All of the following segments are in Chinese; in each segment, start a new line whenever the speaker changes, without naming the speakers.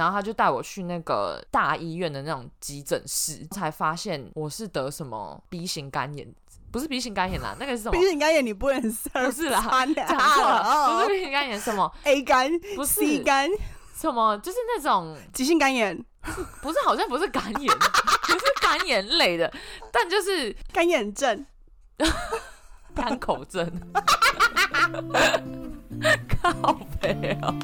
然后他就带我去那个大医院的那种急诊室，才发现我是得什么 B 型肝炎，不是 B 型肝炎啦，那个 是什么
毕？竟肝炎你不能吃，
不 是啦
酸的
讲错了，不
啊哦
是 B 型肝炎，什么
，A 肝、
不是
C 肝、
什么，就是那种
急性肝炎、
不是好像不是肝炎， 不是肝炎类的，但就是
肝炎症。
干口症， 靠背哦。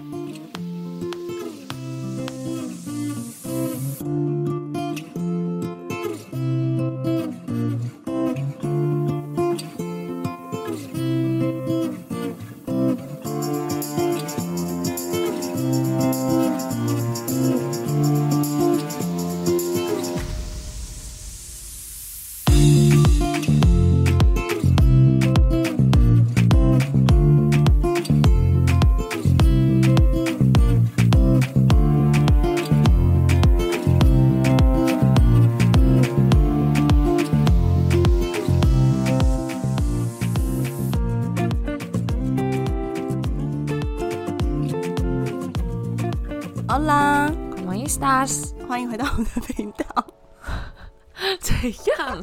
好啦，
Como estás？
欢迎回到我们的频道，
怎样？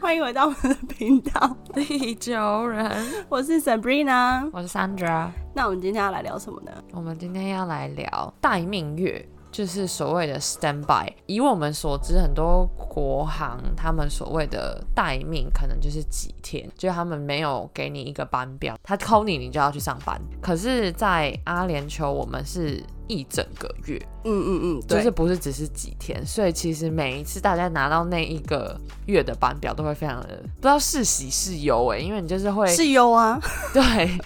欢迎回到我们的频道，
地球人，
我是 Sabrina。
我是 Sandra。
那我们今天要来聊什么呢？
我们今天要来聊待命月，就是所谓的 standby。以我们所知，很多国行他们所谓的待命，可能就是几天，就他们没有给你一个班表，他扣你，你就要去上班。可是，在阿联酋，我们是一整个月，
嗯嗯嗯，
就
对，
是不是只是几天，所以其实每一次大家拿到那一个月的班表，都会非常的不知道是喜是忧哎、因为你就是会
是优啊，
对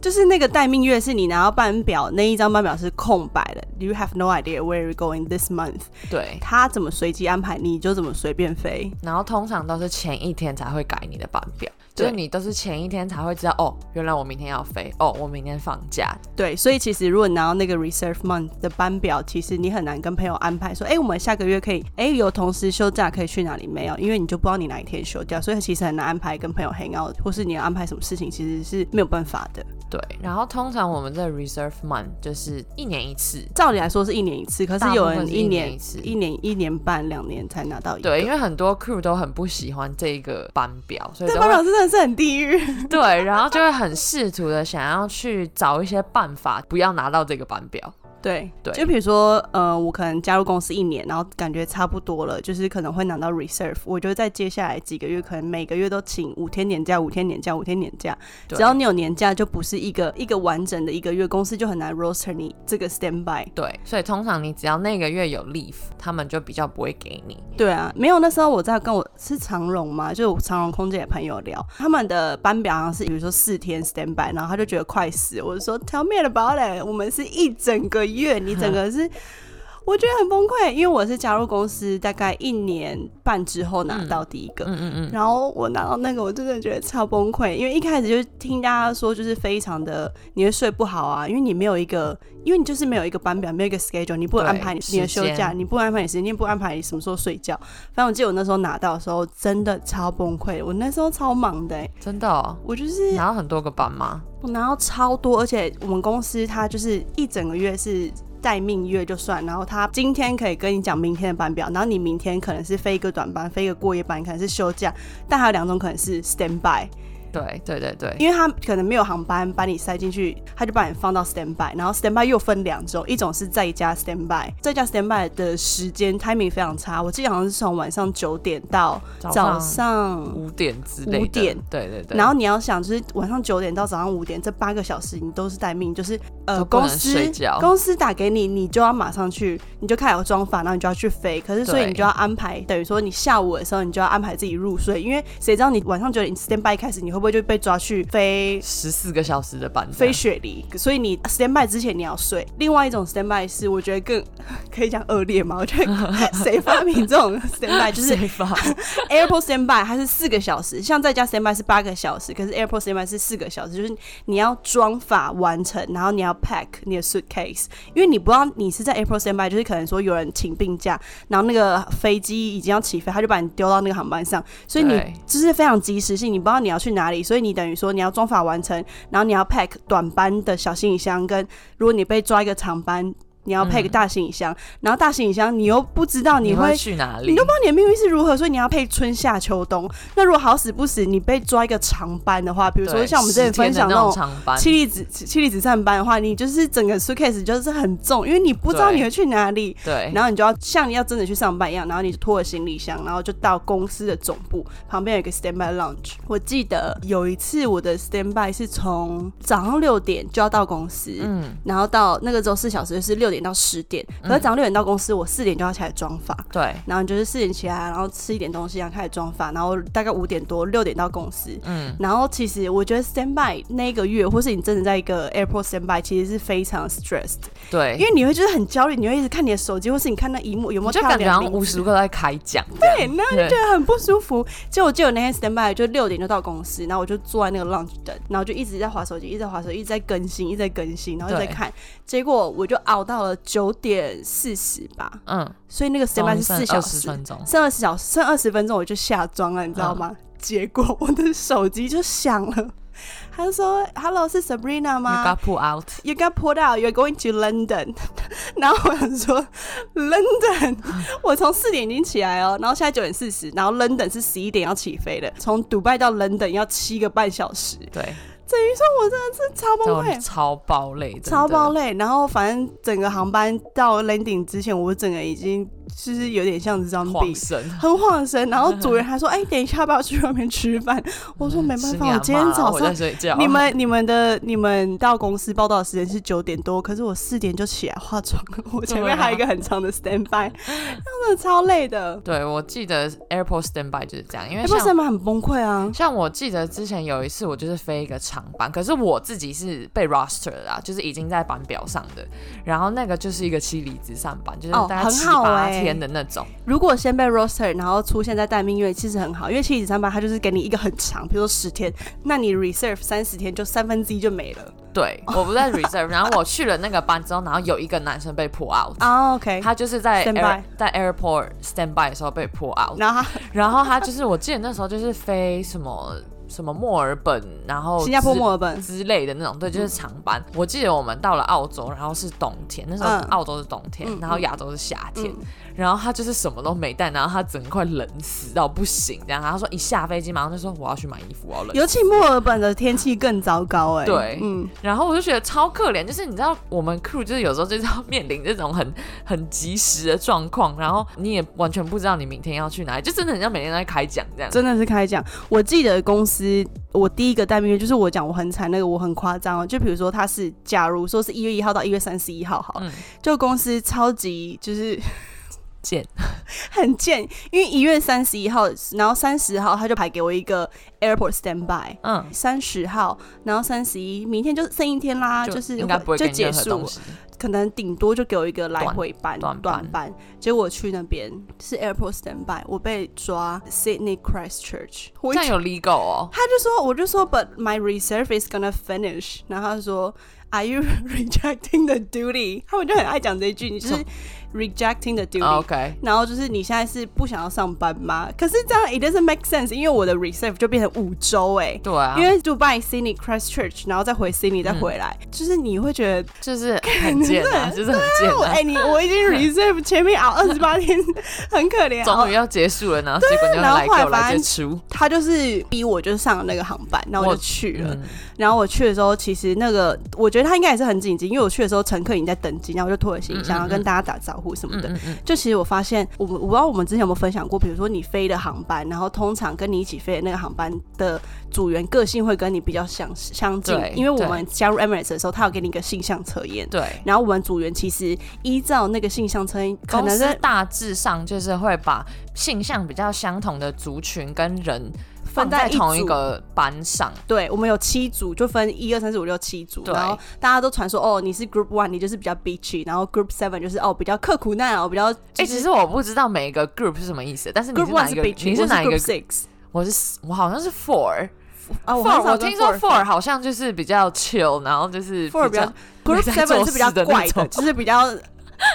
就是那个待命月是你拿到班表那一张班表是空白的，You have no idea where you're going this month。
对，
他怎么随机安排，你就怎么随便飞。
然后通常都是前一天才会改你的班表，就
对
是你都是前一天才会知道哦，原来我明天要飞，哦，我明天放假，
对，所以其实如果拿到那个 reserve month 的班表，其实你很难跟朋友安排说，哎、我们下个月可以，哎、有同时休假可以去哪里没有？因为你就不知道你哪一天休假，所以其实很难安排跟朋友 hang out，或是你要安排什么事情，其实是没有办法的。
对。然后通常我们这 reserve month 就是一年一次，
照理来说是一年一次，可是有
大部
人
分是
一
一
年
年一次
一年一年半两年才拿到一个。
对，因为很多 crew 都很不喜欢这一个班表，所以
这
都
班
会
表真的是很地狱，
对，然后就会很试图的想要去找一些办法，不要拿到这个班表。
对
对
就比如说，呃，我可能加入公司一年，然后感觉差不多了，就是可能会拿到 reserve，我就在接下来几个月，可能每个月都请五天年假，五天年假，五天年假，
对
只要你有年假，就不是一个一个完整的一个月，公司就很难 roster 你这个 standby。
对，所以通常你只要那个月有 leave，他们就比较不会给你。
对啊，没有那时候我在跟我是长荣嘛，就是我长荣空姐的朋友聊，他们的班表好像是比如说四天 standby，然后他就觉得快死，我就说 Tell me about it，我们是一整个月，你整个是。我觉得很崩溃，因为我是加入公司大概一年半之后拿到第一个，
嗯嗯嗯，
然后我拿到那个，我真的觉得超崩溃，因为一开始就听大家说，就是非常的你会睡不好啊，因为你没有一个，因为你就是没有一个班表，没有一个 schedule，你不能
对
安排你你的
时
休
间
假，你不能安排你时间，你不能安排你什么时候睡觉。反正我记得我那时候拿到的时候，真的超崩溃，我那时候超忙的欸、
真的、哦，
我就是
拿到很多个班吗？
我拿到超多，而且我们公司它就是一整个月是待命月就算，然后他今天可以跟你讲明天的班表，然后你明天可能是飞一个短班，飞一个过夜班，可能是休假，但还有两种可能是 stand by，
对对对对，
因为他可能没有航班把你塞进去，他就把你放到 stand by，然后 stand by 又分两种，一种是在家 stand by，在家 stand by 的时间 timing 非常差，我记得好像是从晚上九点到早上
五点之类的。
五点，
对对对。
然
后
后你要想，就是晚上九点到早上五点这八个小时，你都是待命，就是呃
都不能
公司
睡觉
公司打给你，你就要马上去，你就开始装法，然后你就要去飞。可是所以
对
你就要安排，等于说你下午的时候你就要安排自己入睡，因为谁知道你晚上九点 stand by 开始，你会不会就被抓去飞？
十四个小时的班这样，
飞雪梨，所以你 stand by 之前你要睡。另外一种 stand by 是我觉得更 可以讲恶劣嘛，我觉得 谁发明这种 stand by 就是
谁 发
AirPod standby 它是四个小时，像在家 standby 是八个小时，可是 AirPod standby 是四个小时，就是你要装法完成，然后你要 pack 你的 suitcase，因为你不知道你是在 AirPod standby，就是可能说有人请病假，然后那个飞机已经要起飞，他就把你丢到那个航班上，所以你
对
就是非常及时性，你不知道你要去哪哪里，所以你等于说你要装法完成，然后你要 pack 短班的小行李箱，跟如果你被抓一个长班，你要 pack
嗯
大行李箱，然后大行李箱你又不知道你会
去哪里？
你都不知道你的命运是如何，所以你要配春夏秋冬。那如果好死不死你被抓一个长班的话，比如说
对
像我们之前
10天
分
的
享
那
那种
长班，
妻离子妻离子散班的话，你就是整个 suitcase 就是很重，因为你不知道
对哎
你会去哪里，
对，
然后你就要像你要真的去上班一样，然后你拖着行李箱，然后就到公司的总部旁边有一个 standby lounge。我记得有一次我的 standby 是从早上六点就要到公司，
嗯，
然后到那个周四小时就是六点到十点，可是早上六点到公司，我四点就要起来装法。
对，
然后你就是四点起来，然后吃一点东西，然后开始装饭，然后大概五点多六点到公司。
嗯，
然后其实我觉得 stand by 那一个月，或是你真的在一个 airport stand by，其实是非常 stressed，
对，
因为你会就是很焦虑，你会一直看你的手机，或是你看那荧幕有
我
没有
就
跳
感觉
两
好
名
像
字
无时无刻都在开讲这样，
对，那
对
就觉得很不舒服。结果就有那天 stand by 就六点就到公司，然后我就坐在那个 lounge 等，然后就一直在划手机，一直在划手机，一直在更新，一直在更新，然后一直在
对
看。结果我就熬到了九点四十吧，
嗯，
所以那个 stand by 是四小
20
时，
分钟，
剩二十小时，剩二十分钟我就下妆了，你知道吗？结果我的手机就响了，他就说：“Hello，是 Sabrina
你
吗？”
got pull out，
You got pulled out. You're going to London. 然后我想说，London，我 从四点已经起来哦，然后现在九点四十，然后 London 是十一点要起飞的，从迪拜到 London 要七个半小时，
对，
等于说我真的是超
这
崩
种
溃。
超爆累，真的
超爆，累，然后反正整个航班到 landing 之前，我整个已经就是有点像 zombie，
晃神。
很晃神。然后主人还说：“哎、等一下，要不要去外面吃饭？” 我说：“没办
是
法，
你
我
阿
今
嬷
天
啦
早
我
上
在睡觉，
你们你们的你们到公司报道的时间是九点多，可是我四点就起来化妆了，我前面还有一个很长 的 stand by，真的超累的。
对我记得 airport standby 就是这样，因为
哎，不
像
是他们很崩溃啊？
像我记得之前有一次，我就是飞一个长班，可是我自己是被 roster 的啦，就是已经在班表上的。然后那个就是一个妻离子散班，就是
哦
大概
很
七
好
八
欸
天的那种。
如果先被 roster，然后出现在待命月，其实很好，因为七子三班它就是给你一个很长，比如说十天，那你 reserve 三十天就三分之一就没了。
对，我不在 reserve，然后我去了那个班之后，然后有一个男生被 pull out。
啊、o k
他就是在
Standby
air, 在 airport standby 的时候被 pull out，
然后
然后他就是我记得那时候就是飞什么什么墨尔本，然后
他新加坡、
之
墨尔本，
之类的那种，对，
嗯
就是长班。我记得我们到了澳洲，然后是冬天，那时候
嗯
澳洲是冬天，
嗯
然后亚洲是夏天，
嗯
然后他就是什么都没带，然后他整个快冷死到不行，这样。然后他说一下飞机马上就说我要去买衣服，我要冷死。
尤其墨尔本的天气更糟糕哎、
对
嗯，
然后我就觉得超可怜，就是你知道我们 crew 就是有时候就是要面临这种很很及时的状况，然后你也完全不知道你明天要去哪里，就真的很像每天都在开讲这样。
真的是开讲。我记得公司我第一个待命月，就是我讲我很惨那个，我很夸张哦。就比如说他是，假如说是一月一号到一月三十一号好了，
嗯
就公司超级就是
贱，
很贱，因为一月三十一号，然后三十号他就排给我一个 airport standby。
嗯，
三十号，然后三十一，明天就剩一天啦，啊就是
应该不会
就
给你
结
任何
束
东，西。
可能顶多就给我一个来回班
短短
短班。结果我去那边是 airport standby，我被抓 Sydney Christchurch，我
这
一
样有 legal 哦，
他就说，我就说，But my reserve is gonna finish。然后他说，Are you rejecting the duty？他们就很爱讲这一句，你就是
什
rejecting the duty。
啊 OK，
然后就是你现在是不想要上班吗？可是这样 it doesn't make sense，因为我的 reserve 就变成五周哎、
对啊，嗯
因为 Dubai Sydney Christchurch，然后再回 Sydney 再回来，就是你会觉 得
就是很贱啊，就是很贱
我
啊
哎、。你我已经 reserve 前面熬二十八天， 很可怜。
终于要结束了，然后结果你要来给我来这出，
他就是逼我就上了那个航班，然后我就去了。
嗯，
然后我去的时候，其实那个我觉得他应该也是很紧急，因为我去的时候乘客已经在等机，然后我就拖着行李
嗯嗯嗯
箱，然后跟大家打招呼什么的。
嗯嗯
就其实我发现，我们我不知道我们之前有没有分享过，比如说你飞的航班，然后通常跟你一起飞的那个航班的组员个性会跟你比较相相近
对，
因为我们加入 Emirates 的时候，他有给你一个性向测验，
对。
然后我们组员其实依照那个性向测验，可
公
能
司
是
大致上就是会把性向比较相同的族群跟人放
分在
在
一组
同一个班上，
对，我们有七组，就分一二三四五六七组，
对
然后大家都传说哦，你是 Group One，你就是比较 bitchy，然后 Group Seven 就是哦比较刻苦耐劳，比较
哎、
就
其
是
实我不知道每个 group 是什么意思，但是你
Group
是哪
One
一
是
个？
bitchy，
你是
我
哪一个
Group？Six
我是我好像是 four，four，
啊？我很少
我
跟
听说 four
four
好像就是比较 chill，然后就是
four 比较
比
Group
较做
Seven 是比较
事的那
怪的，
种
就是比较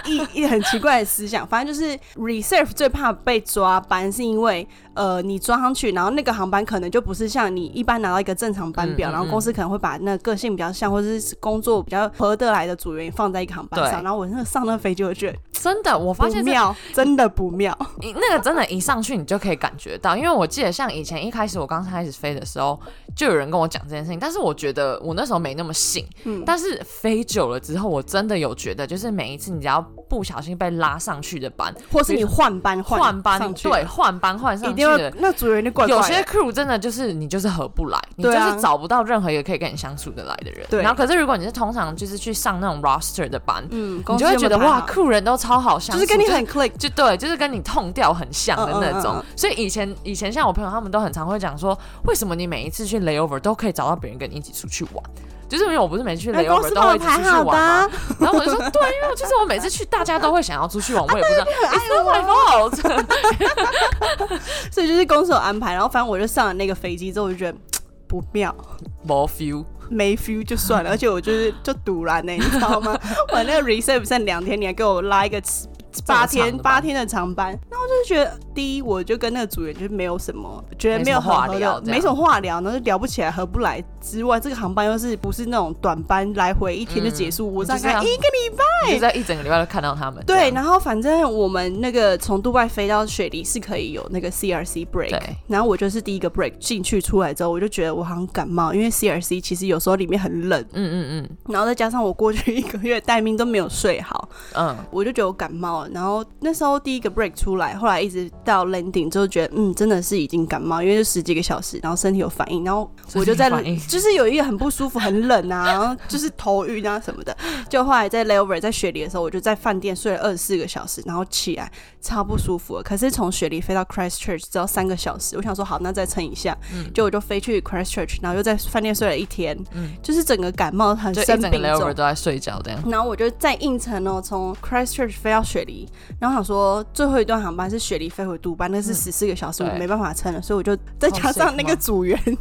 一一很奇怪的思想。反正就是 reserve 最怕被抓班，是因为呃你抓上去，然后那个航班可能就不是像你一般拿到一个正常班表，
嗯嗯
然后公司可能会把那个性比较像或者是工作比较合得来的组员放在一个航班
对
上。然后我那个上那个飞机，我就觉得
真的，我发
不
现这
妙，真的不妙。
你那个真的，一上去你就可以感觉到，因为我记得像以前一开始我刚开始飞的时候，就有人跟我讲这件事情，但是我觉得我那时候没那么信。
嗯
但是飞久了之后，我真的有觉得，就是每一次你只要不小心被拉上去的班，
或是你换班
换班
上去
对，换班换上
一
去
定会
的。
那组员就怪怪
有
的
些 crew 真的就是你就是合不来，你就
对啊
是找不到任何一个可以跟你相处的来的人。
对
然后可是如果你是通常就是去上那种 roster 的班，
嗯，
你
公司
就会
有没
觉得
有排
哇
好
，crew 人都超好相
就
处，
是跟你很 click，
就对，就是跟你痛调很像的那种。
嗯嗯嗯
所以以前以前像我朋友他们都很常会讲说，为什么你每一次去 layover 都可以找到别人跟你一起出去玩？就是因为我不是每次去
哎公
layover
司
都会
帮我
一起出
排
去
好的
玩
啊
吗？，然后我就说对，因为我就是我每次去大家都会想要出去玩，我也不 知道。It's not my fault。
所以就是公司有安排。然后反正我就上了那个飞机之后，我就觉得不妙，
没 feel。
没 feel 就 算了，而且我就是就堵了呢，你知道吗？ 我那个 reserve 剩两天，你还给我拉一个八天八天的长班，那我就是觉得第一，我就跟那个组员就是没有什么，觉得没有很
没什
合
么话
得
聊这样
没什么话聊，然后就聊不起来，合不来之外，这个航班又是不是那种短班来回一天就结束，我大
嗯就是这
概
样
一个礼拜。
你就在一整个礼拜都看到他们。
对，
这样，
然后反正我们那个从杜拜飞到雪梨是可以有那个 CRC break，
对
然后我就是第一个 break 进去出来之后，我就觉得我好像感冒，因为 CRC 其实有时候里面很冷，
嗯嗯
然后再加上我过去一个月待命都没有睡好，
嗯嗯，
我就觉得我感冒了。然后那时候第一个 break 出来，后来一直到 landing 之后，觉得嗯真的是已经感冒，因为就十几个小时，然后身体有反应，然后我就在
身体有反应
就是有一个很不舒服、很冷 啊，然后就是头晕啊什么的。就后来在 layover 在雪梨的时候，我就在饭店睡了二十四个小时，然后起来超不舒服的。可是从雪梨飞到 Christchurch 只要三个小时，我想说好，那再撑一下，
嗯
就我就飞去 Christchurch，然后又在饭店睡了一天，就是整个感冒很
嗯就
生
一整个
病中
layover 都在睡觉这样。
然后我就在硬城哦，从 Christchurch 飞到雪梨，然后想说最后一段航班是雪梨飞回杜拜，那是十四个小时，
嗯对
我没办法撑了，所以我就再加上那
好幸福
个
吗
组员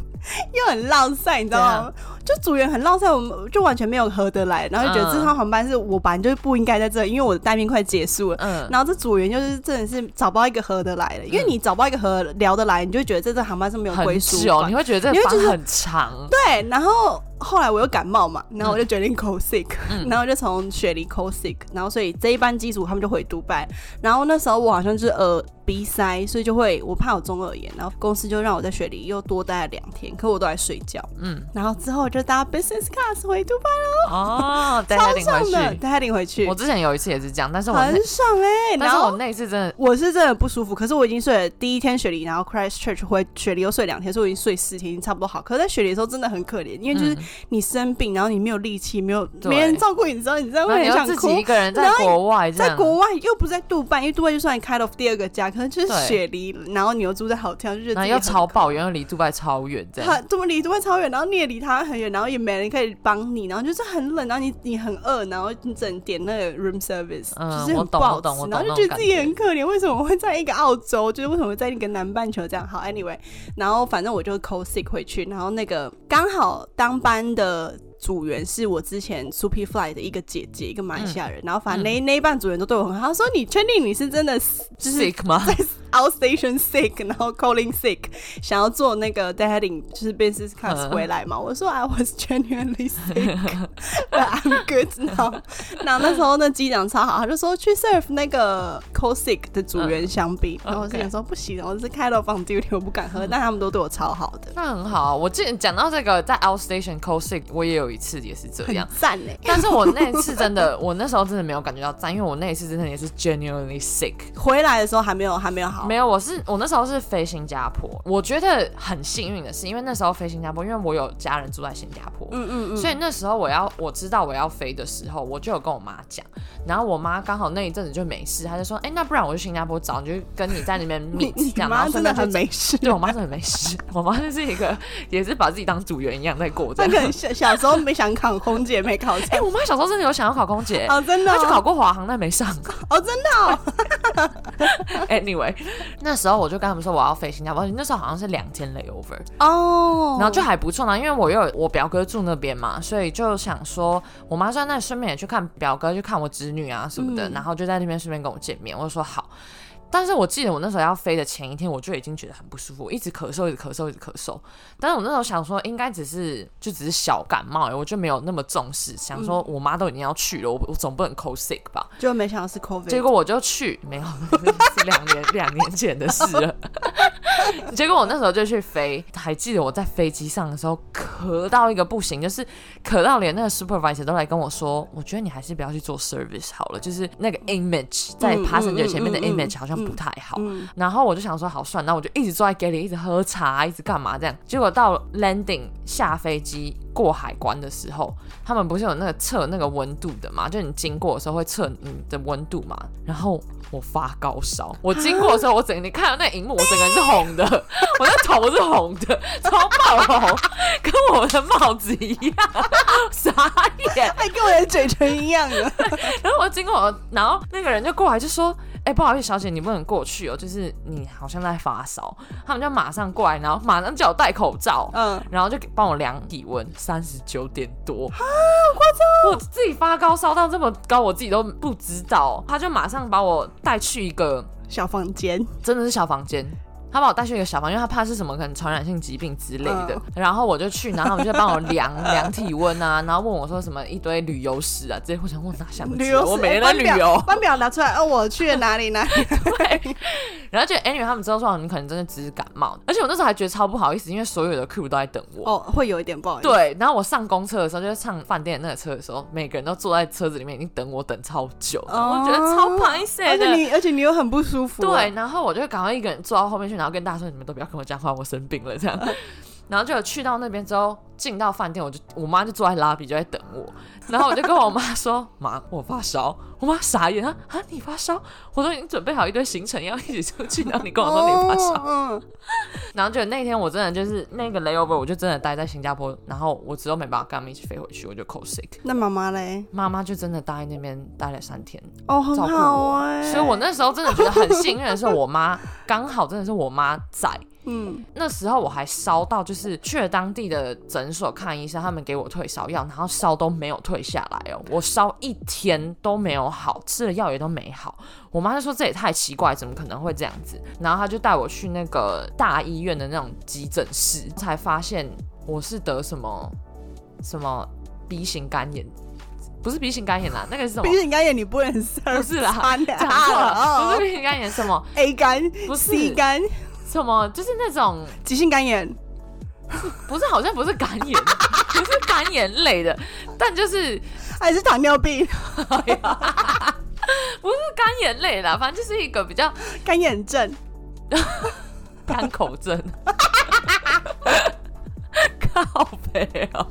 又很浪赛，你知道吗？
啊
就组员很浪赛，我们就完全没有合得来，然后就觉
嗯
得这趟航班是我本来就不应该在这里，因为我的待命快结束了。
嗯，
然后这组员就是真的是找不到一个合得来的，因为你找不到一个合聊得来，你就会觉得这趟航班是没有
很
归属
久，
感
你。会觉得这
因
个
为就是
班很 长。
对，然后后来我又感冒嘛，然后我就决定 c o sick，、然
嗯
后我就从雪梨 c o sick，然后所以这一班机组他们就回杜拜，然后那时候我好像就是耳鼻塞，所以就会我怕有中耳炎，然后公司就让我在雪梨又多待了两天，可我都在睡觉，嗯，然后之后我就搭 business class 回杜拜
哦，带他
了，超
领回
爽的，
去。
带他领回去
我，之前有一次也是这样，但是我那
很爽哎、
但
然
是
后
我那一次真的
我是真的不舒服，可是我已经睡了第一天雪梨，然后 Christchurch 回雪梨又睡两天，所以我已经睡四天，已经差不多好。可是，在雪梨的时候真的很可怜，因为就是你生病，然后你没有力气，没有
嗯对
没人照顾你之后，你真的
那
会
你
很
要
想
自己
哭
一。个人在
然后
国外这
在
样，
国外又不是在杜拜，因为杜拜就算 kind of 第二个家，可能就是
对
雪梨，然后你又住在好天，就觉得
然
自
后
己
又
很
超抱怨，又离杜拜超远这样。
很怎么离都会超远，然后你也离他很远，然后也没人可以帮你，然后就是很冷，然后你你很饿，然后你只能点那个 room service，、
嗯
就是
我
很
懂
不好
我懂我懂
吃，然后
那种
就觉得
感
自己
觉
很可怜，为什么会在一个澳洲，就是为什么会在一个南半球这样？好，anyway，然后反正我就 call sick 回去，然后那个刚好当班的。组员是我之前 Superfly 的一个姐姐，一个马来西亚
嗯
人。然后反正那、那一半组员都对我很好，他说：“你确定你是真的就是
sick 吗？
outstation sick，然后 calling sick，想要做那个 d a d d i n g 就是 business class
嗯
回来嘛。我说 I was genuinely sick，but I'm good now。然 后那时候那机长超好，他就说去 serve 那个 call sick 的组员香槟。
嗯
然后我心想
OK 嗯
说不行，我是开到放 duty，我不敢喝，但他们都对我超好的，
那很好啊，我记得讲到这个，在 outstation c o s i c 我也有一次也是这样
很，赞哎、
但是我那一次真 的，我那时候真的没有感觉到赞，因为我那一次真的也是 genuinely sick。
回来的时候还没有还没有好，
没有，我是我那时候是飞新加坡，我觉得很幸运的是，因为那时候飞新加坡，因为我有家人住在新加坡，
嗯嗯嗯，
所以那时候我要我知道我要飞的时候，我就有跟我妈讲，然后我妈刚好那一阵子就没事，她就说，哎、那不然我去新加坡找你，就跟你在那边 meet
你
这样，然
妈
后
真
顺
的
便就
很没事。
对我妈真的很没事，我妈就是一个也是把自己当组员一样在过这样。
那可能小小时候没想考空姐，没考
哎、
上。
我妈小时候真的有想要考空姐，
哦，真的、
哎她去考
哦，
过华航，但没上。
哦，真的、哦，
anyway，那时候我就跟他们说我要飞新加坡，那时候好像是两天 layover，
哦，
然后就还不错呢，因为我又有我表哥住那边嘛，所以就想说，我妈说那顺便也去看表哥，去看我侄女啊什么的，
嗯
然后就在那边顺便跟我见面，我就说好。但是我记得我那时候要飞的前一天，我就已经觉得很不舒服，一直咳嗽，一直咳嗽，一直咳嗽。但是我那时候想说，应该只是就只是小感冒而已，我就没有那么重视。想说
嗯
我妈都已经要去了，我我总不能 c sick 吧？
就没想到是 COVID，
结果我就去，没有， 是两年两年前的事 了。结果我那时候就去飞，还记得我在飞机上的时候咳到一个不行，就是咳到连那个 supervisor 都来跟我说，我觉得你还是不要去做 service 好了，就是那个 image 在
嗯嗯
passenger 前面的
嗯嗯
image 好像不太好。
嗯
然后我就想说好算，那我就一直坐在 galley 一直喝茶，一直干嘛这样。结果到 landing 下飞机过海关的时候，他们不是有那个测那个温度的嘛？就你经过的时候会测你的温度嘛。然后我发高烧，我经过的时候，我整个你看到那个荧幕，我整个人是红的， 我的头是红的， 超爆红，跟我的帽子一样， 傻眼。
还跟我的嘴唇一 样的，
然后我经过我，然后那个人就过来就说：“哎、不好意思，小姐，你不能过去哦，就是你好像在发烧。”他们就马上过来，然后马上叫我戴口罩，
嗯，
然后就给帮我量体温，三十九点多，啊，夸张！我自己发高烧到这么高，我自己都不知道。他就马上把我带去一个
小房间，
真的是小房间。他把我带去一个小房间，因为他怕是什么可能传染性疾病之类
嗯
的。然后我就去，然后他们就帮我量量体温啊，然后问我说什么一堆旅游史啊，这些我想问哪想得起
旅游
来哦我
史
每天
哎
在
班
旅
表
游。
班表拿出来，哦，我去了哪 里哪里，
然后就 anyway 他们之后说哦你可能真的只是感冒，而且我那时候还觉得超不好意思，因为所有的 crew 都在等我。
哦，会有一点不好意思，
对，然后我上公车的时候，就是上饭店的那个车的时候，每个人都坐在车子里面，已经等我等超久了，
哦
我觉得超哎拍死
而且
的。
你而且你又很不舒服，啊
对，，然后我就赶快一个人坐到后面去，然后跟大家说：“你们都不要跟我讲话，我生病了。”这样，然后就有去到那边之后，进到饭店，我就我妈就坐在拉比就在等我，然后我就跟我妈说：“妈，我发烧。”我妈傻眼啊啊，你发烧？我都已经准备好一堆行程要一起出去，然后你跟我说你发烧。
哦，嗯，
然后就那天我真的就是那个 layover，我就真的待在新加坡，然后我之后没办法跟他们一起飞回去，我就 cold sick。
那妈妈嘞？
妈妈就真的待在那边待了三天，
哦，很
照顾
好
我，
哎、
所以我那时候真的觉得很幸运的是，我妈刚好真的是我妈在。
嗯，
那时候我还烧到，就是去了当地的诊所看医生，他们给我退烧药，然后烧都没有退下来哦，我烧一天都没有好，吃了药也都没好。我妈就说这也太奇怪，怎么可能会这样子？然后她就带我去那个大医院的那种急诊室，才发现我是得什么什么 B 型肝炎，不是 B 型肝炎啦，那个是什么
毕？竟肝炎你不能吃，
不是 啦
啊，
讲错了，不
哦
是 B 型肝炎，什么
，A 肝、
不是
C 肝、
什么，就是那种
急性肝炎，
不是，好像不是肝炎， 不是肝炎类的，但就是
还哎是糖尿病、
不是肝炎类啦，反正就是一个比较
干眼症，
干口症。 靠背哦，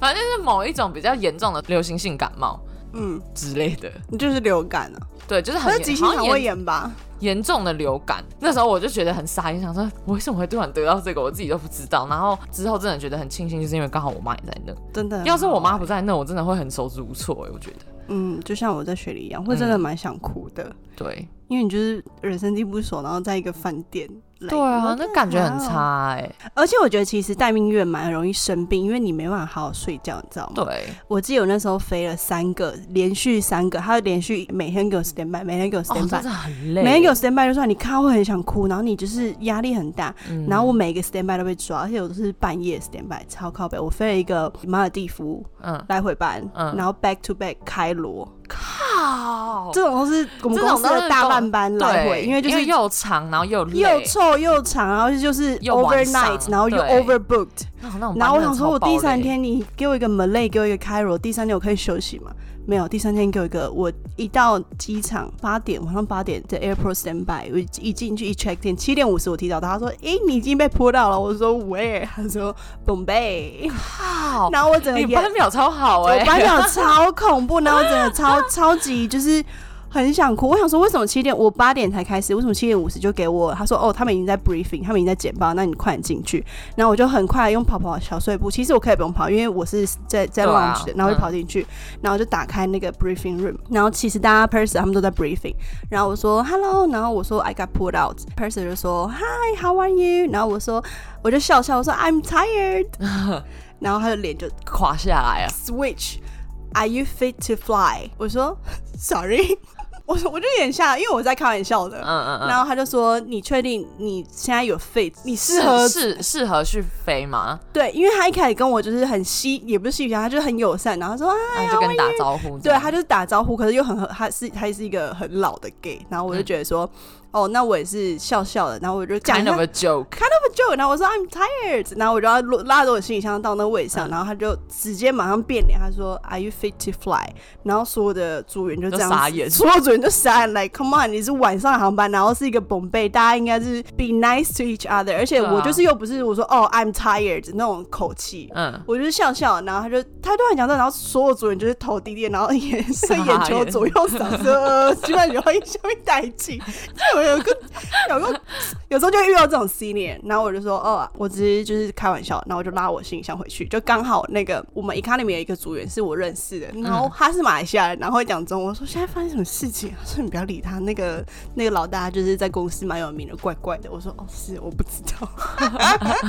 反正就是某一种比较严重的流行性感冒
嗯，
之类的，
你就是流感啊，
对，就是
可
很
是急
严
性
好
肠
像
胃
严
炎吧？
严重的流感。那时候我就觉得很傻眼，想说我为什么会突然得到这个，我自己都不知道。然后之后真的觉得很庆幸，就是因为刚好我妈也在那。
真的，啊
要是我妈，不在那，我真的会很手足无措、欸。我觉得，
嗯，就像我在雪里一样，会
嗯
真的蛮想哭的，
对，
因为你就是人生地不熟，然后在一个饭店。
对啊，那感觉很。
哦
差哎、
而且我觉得其实待命月蛮容易生病，因为你没办法好好睡觉，你知道吗？
对，
我记得我那时候飞了三个，连续三个，他连续每天给我 stand by，每天给我
哦，
stand
真
by，、
的很累。
每天给我 stand by 就算你看到会很想哭，然后你就是压力很大，
嗯
然后我每个 stand by 都被抓，而且我都是半夜 stand by，超靠北。我飞了一个马尔蒂夫
嗯，
来回班，
嗯
然后 back to back 开罗，
靠，
这种都是我们
这种
公司
都是
的大
公
半班来回，
对，
因为就是
又长，然后又累
又臭又长，然后就是
又晚上
overnight，然后又
对
overbooked。
那种那种
然后我
班真的
想说，我
超爆
第三
累，
天你给我一个 Malay，给我一个 Cairo，第三天我可以休息嘛？没有，第三天给我一个，我一到机场八点，晚上八点在 airport stand by，我一进去一 check in，七点五十我提早到，他说：“诶、你已经被扑到了。”我说：“Where？” 他说：“Bombay。
靠”，
然后我整个
你
眼，
班表超好
我
哎、
班长超恐怖，然后我整个超超级就是。很想哭。我想说，为什么七点我八点才开始，为什么七点五十就给我？他说哦，他们已经在 briefing，他们已经在简报，那你快点进去。然后我就很快用跑跑小碎步，其实我可以不用跑，因为我是在在
对啊嗯
lounge，的、然后就跑进去，然后就打开那个 briefing room，然后其实大家 person 他们都在 briefing，然后我说 hello，然后我说 I got pulled out，person 就说 hi，how are you？然后我说我就笑笑，我说 I'm tired，然后他的脸就
垮下来啊！
switch。Are you fit to fly？我说 sorry，我 说我就眼下，因为我在开玩笑的。
嗯嗯嗯，
然后他就说：“你确定你现在有 fit？你适
适
合
合适适合去飞吗？
对？因为他一开始跟我就是很嬉，也不是嬉皮笑，他就很友善。然后他说啊，
那就跟你打招呼这
对
样。
他就是打招呼，可是又很和他是他是一个很老的 gay。然后我就觉得说，哦，那我也是笑笑的。然后我就讲
kind
那
of
个
a joke，
joke，然后我说 I'm tired，然后我就要拉拉着我行李箱到那位上，
嗯
然后他就直接马上变脸，他说 Are you fit to fly？然后所有的组员就这样
都傻
子，
眼
所有组员就傻眼，like come on，你是晚上航班，然后是一个 Bombay，大家应该是 be nice to each other，而且
对啊
我就是又不是我说哦 I'm tired 那种口气。
嗯，
我就是笑笑，然后他就他突然讲这，然后所有组员就是头低低，然后眼
傻
伸
眼
眼球左右扫射，呃居然有一下面代气，就有一个 有个有时候就会遇到这种 senior，然后我就说哦，我只是就是开玩笑，然后我就拉我行李箱回去，就刚好那个我们 economy 有一个组员是我认识的，然后他是马来西亚人，然后会讲中文，我说现在发生什么事情？他说你不要理他，那个那个老大就是在公司蛮有名的，怪怪的。我说哦是，我不知道，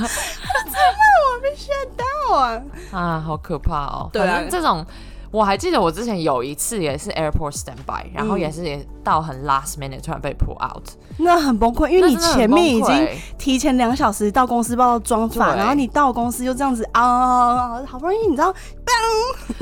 我被吓到啊！
啊，好可怕哦！
对啊
反正这种。我还记得我之前有一次也是 airport standby，然后
嗯
也是也到很 last minute 突然被 pull out，
那很崩溃，因欸为
那
你
真的很
前
崩
面已经
溃
提前两小时到公司报到妆发，
对
然后你到公司就这样子啊，好不容易你知道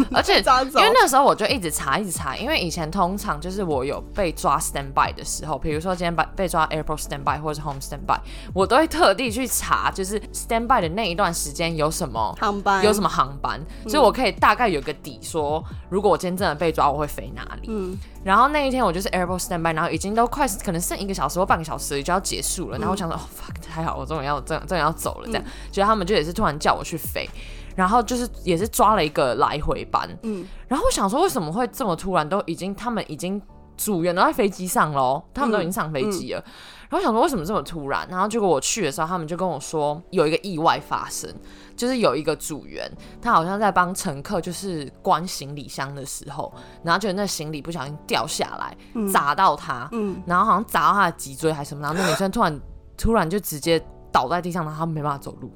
而且
抓
因
走
为那时候我就一直查，一直查，因为以前通常就是我有被抓 stand by 的时候，比如说今天被被抓 airport stand by 或者是 home stand by，我都会特地去查，就是 stand by 的那一段时间有什么
航班嗯
有什么航班，所以我可以大概有个底说，如果我今天真的被抓，我会飞哪里。
嗯
然后那一天我就是 airport standby，然后已经都快可能剩一个小时或半个小时就要结束
嗯
了，然后我想说，哦 fuck，还好我终于要终终于要走了这样，结果他们就也是突然叫我去飞。然后就是也是抓了一个来回班，
嗯
然后我想说，为什么会这么突然？都已经他们已经组员都在飞机上喽，他们都已经上飞机了。然后我想说，为什么这么突然？然后结果我去的时候，他们就跟我说有一个意外发生，就是有一个组员他好像在帮乘客就是关行李箱的时候，然后就那行李不小心掉下来，砸到他，
嗯，
然后好像砸到他的脊椎还是什么，然后那女生突然突然就直接倒在地上，然后她没办法走路，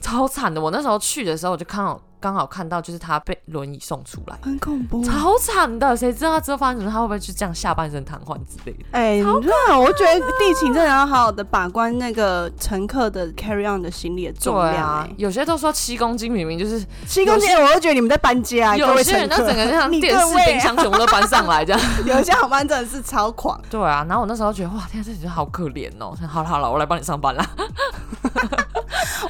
超惨的。我那时候去的时候，我就看好刚好看到就是她被轮椅送出来，
很恐怖。
超惨的。谁知道她之后发生什么？她会不会就这样下半身瘫痪之类的？
哎、你知
啊
道，我觉得地勤真的要好好的把关那个乘客的 carry on 的行李的重
对
量、
啊
欸，。
有些都说七公斤，明明就是
七公斤，我都觉得你们在搬家、啊各
有
位
些人
乘
那
客
整个 像
你
电
各
视
位
冰箱全部都搬上来这样。
有一些航班真的是超狂。
对啊，然后我那时候觉得哇，天啊，这女生好可怜哦。好了好了，我来帮你上班啦。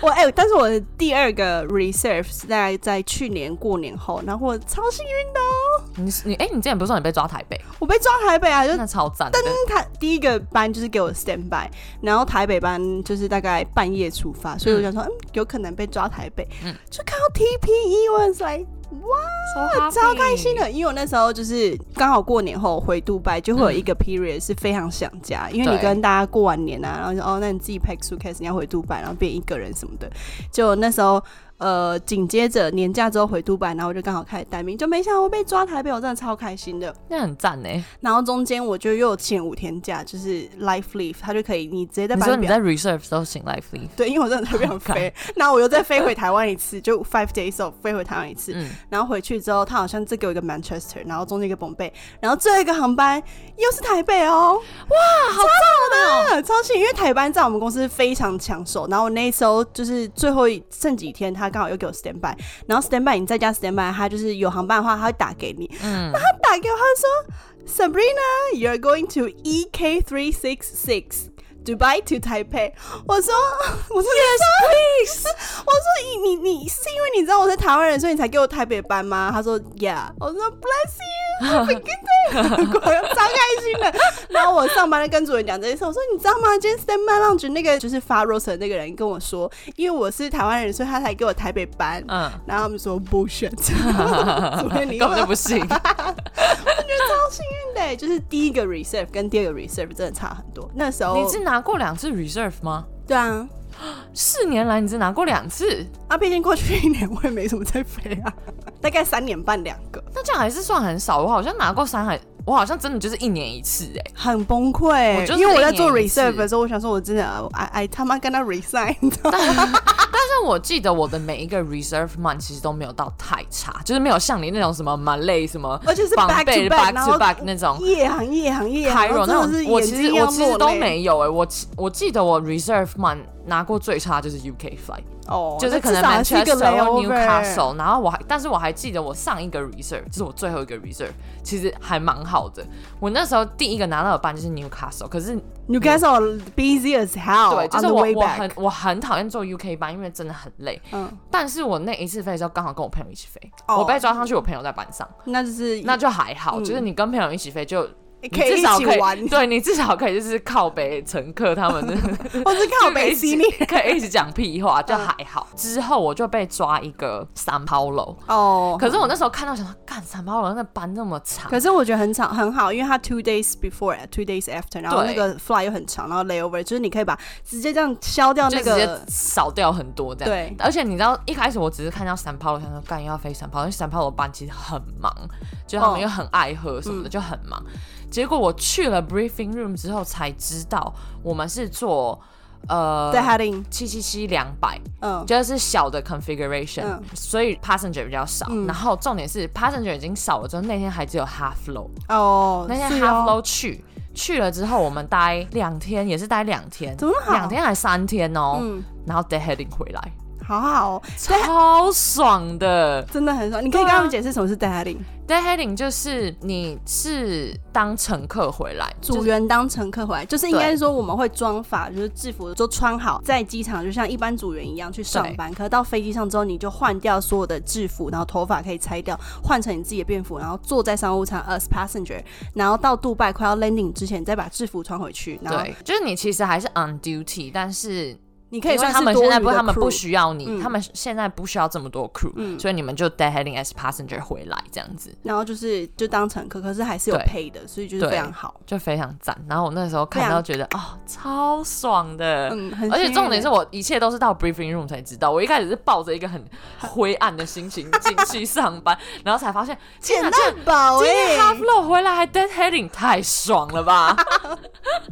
我哎、但是我的第二个 reserve 是在在去年过年后，然后我超幸运的哦，
你你哎、你之前不是说你被抓台北，
我被抓台北啊，就
那超赞的。
他第一个班就是给我 stand by，然后台北班就是大概半夜出发，所以我想说，嗯，有可能被抓台北，
嗯
就看到 TPE，我很帅，
我
超开心的，因为我那时候就是刚好过年后回杜拜，就会有一个 period 是非常想家，因为你
嗯对
跟大家过完年啊，然后就哦，那你自己 pack suitcase，你要回杜拜，然后变一个人什么的，就那时候。呃，紧接着年假之后回杜拜，然后我就刚好开始待命，就没想到我被抓台北，我真的超开心的。
那很赞呢。
然后中间我就又请五天假，就是 life leave，他就可以你直接在
你说
班
你
表。
在 reserve 都行 life leave，
对，因为我真的特别想 飞，然后我又再飞回台湾一次，就 five days off 飞回台湾一次，
嗯，
然后回去之后，他好像再给我一个 Manchester，然后中间一个 Bombay，然后最后一个航班又是台北哦，哇，好赞哦，超幸运，因为台班在我们公司非常抢手，然后我那时候就是最后一剩几天，他刚好又给我 stand by，然后 stand by 你在家 stand by，他就是有航班的话，他会打给你，
嗯
然后他打给我，他就说 Sabrina you're going to EK three six six。Dubai to Taipei，我说， 我说 yes please，我 说你你你是因为你知道我是台湾人，所以你才给我台北班吗？他说 Yeah，我说 Bless you，我 Oh 跟着，我超开心 的。然后我上班就跟主任讲这件事，我说你知道吗？今天 Stand by Lounge 那个就是发 Rose 的那个人跟我说，因为我是台湾人，所以他才给我台北 班。
嗯，
然后 他们说 bullshit，主任你
根本就不信。
超幸运的、对，就是第一个 reserve 跟第二个 reserve 真的差很多。那时候
你是拿过两次 reserve 吗？
对啊，
四年来你只拿过两次，
啊，毕竟过去一年我也没什么在飞 啊，大概三年半两个，
那这样还是算很少。我好像拿过三海，我好像真的就是一年一次哎、
很崩溃、
我就是
因为我在做
一年一次
reserve 的时候，我想说，我真的，I I 他妈跟他 resign，你知 道吗
但是我记得我的每一个 reserve month 其实都没有到太差，就是没有像你那种什么马累什么
而且是
绑
back
背
to
back
back，
to
然
back
后
那种。
夜航夜航夜航，
开
然后
柔
真
那
的是
种，我
眼
其
睛
实
要
我其实
落
都
泪
没有哎、我其我记得我 reserve month 拿过最差就是 UK flight，、
哦，
就是
那
可
至
能
少还是一个
Manchester 或
layover。
Newcastle，然后我还但是我还记得我上一个 reserve，这是我最后一个 reserve，其实还蛮好的。我那时候第一个拿到的班就是 Newcastle，可是
Newcastle busy as hell
对，就
哦 on
是
the
我
way
我很
back。
我很讨厌坐 UK 班，因为真的很累。
嗯，
但是我那一次飞的时候，刚好跟我朋友一起飞，
哦
我被抓上去，我朋友在班上，
那就是
那就还好。
嗯
就是你跟朋友一起飞就，你
可以
至
一
少
起
可以
玩，
对你至少可以就是靠北乘客他们的
或是
就
靠北
可以
西嗯
一
你
起 可以一起讲屁话，就还好。之后我就被抓一个三抛楼，
哦。
可是我那时候看到想说，干三抛楼那班那么长，
可是我觉得很长很好，因为它 two days before two days after，然后
对
那个 fly 又很长，然后 layover 就是你可以把直接这样消掉
就
那
直接
个，
少掉很多这样。
对
而且你知道，一开始我只是看到三炮，我想说干要飞三炮，因为三炮的班其实很忙，就他们
哦
又很爱喝什么
嗯
的，就很忙。结果我去了 briefing room 之后才知道，我们是做呃
在 heading，
七七七两百，
嗯，
就是小的 configuration，、
嗯
所以 passenger 比较少。
嗯
然后重点是 passenger 已经少了之后，那天还只有 half low，
哦，
那天
是
half
哦
low 去。去了之后，我们待两天，也是待两天，
怎么那么好
两天还三天哦。
嗯，
然后 dead heading 回来，
好好哦，
超爽的。
真的很爽。你可
对
以
啊
跟他们解释什么是 heading，
dead heading 就是你是当乘客回来，
组
就是
员当乘客回来，就是应
对
该是说我们会装法，就是制服都穿好，在机场就像一般组员一样去上班。可是到飞机上之后，你就换掉所有的制服，然后头发可以拆掉，换成你自己的便服，然后坐在商务舱 as passenger，然后到杜拜快要 landing 之前，你再把制服穿回去。然后
对，就是你其实还是 on duty，但是
你可以
因为
算
他
是
们
多
现在
余
不，
的
他们不
crew
需要你，
嗯
他们现在不需要这么多 crew，、所以你们就 dead heading as passenger 回来这样子，
然后就是就当乘客，可是还是有
对
配的，所以就是
对
非常好。
就非常赞。然后我那时候看
非
到
常
觉得哦，超爽的。
嗯，很
而且
幸
重
运
点是我一切都是到 briefing room 才知道，我一开始是抱着一个很灰暗的心 情进去上班，然后才发现，天哪，
捡到
这
宝
今
哎
天 half low 回来还 dead heading，太爽了 吧！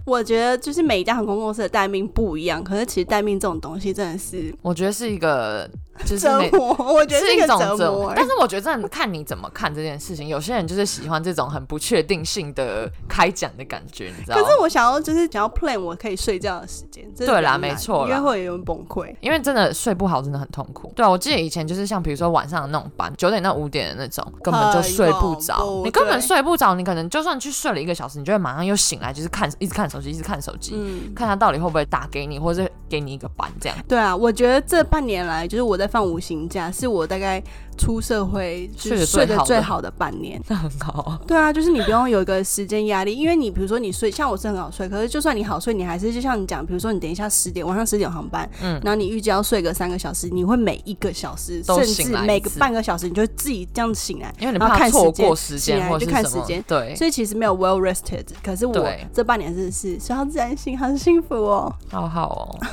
我觉得就是每一家航空公司的待命不一样，可是其实待命这种东西真的是
我觉得是一个，就是
折
每
磨，我觉得
是
一
一
个
种
折
折
磨。欸
但是我觉得真的看你怎么看这件事情。有些人就是喜欢这种很不确定性的开讲的感觉，你知道
可
吗？
是我想要就是想要 plan 我可以睡觉的时间，真的
哦对啦
很难
没错
因为
啦
会有点崩溃。
因为真的睡不好，真的很痛苦。对啊，我记得以前就是像比如说晚上的那种班，九点到五点的那种，根本就睡不
很
着
恐，怖
你根本
啊对
睡不着，你可能就算去睡了一个小时，你就会马上又醒来，就是看一直看手机，一直看手机，
嗯，
看他到底会不会打给你，或者是给你一个班 这样。
对啊，我觉得这半年来，就是我在放五行假，是我大概出社会就是
睡
睡
得最
得
好的
最好的半年。
那很好啊，
对啊，就是你不用有一个时间压力，因为你比如说你睡，像我是很好睡，可是就算你好睡，你还是就像你讲，比如说你等一下十点晚上十点有航班，
嗯
然后你预计要睡个三个小时，你会每一个小时
都
甚
醒
至
来一
每个
次
半个小时你就自己这样醒来，
因为你
然后
怕
看
错
时间
过时
醒
间
来
或者
就是看
什
时
么
间，
对，
所以其实没有 well rested。可是我
对
这半年真的是睡到自然醒，好幸福哦。
好好哦。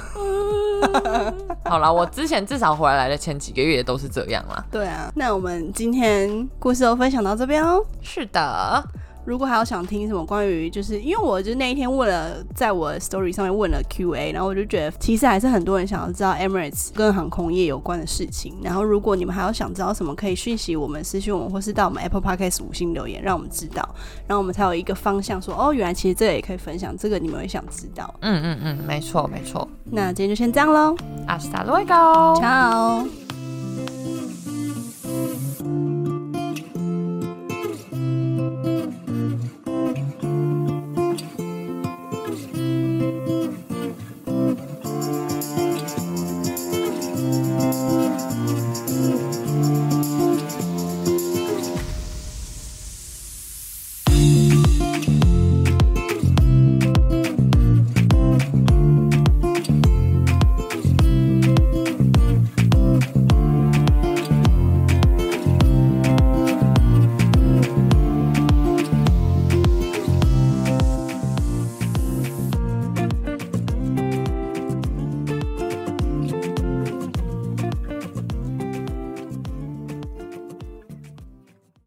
好啦，我之前至少回来的前几个月也都是这样啦。
对啊，那我们今天故事都分享到这边哦。
是的，
如果还有想听什么关于，就是因为我就那一天问了，在我的 story 上面问了 Q&A，然后我就觉得其实还是很多人想要知道 Emirates 跟航空业有关的事情。然后如果你们还有想知道什么，可以讯息我们、私讯我们，或是到我们 Apple Podcast 五星留言，让我们知道，然后我们才有一个方向说哦，原来其实这个也可以分享，这个你们也想知道。
嗯嗯嗯，没错没错。
那今天就先这样喽，
Hasta luego。
ciao。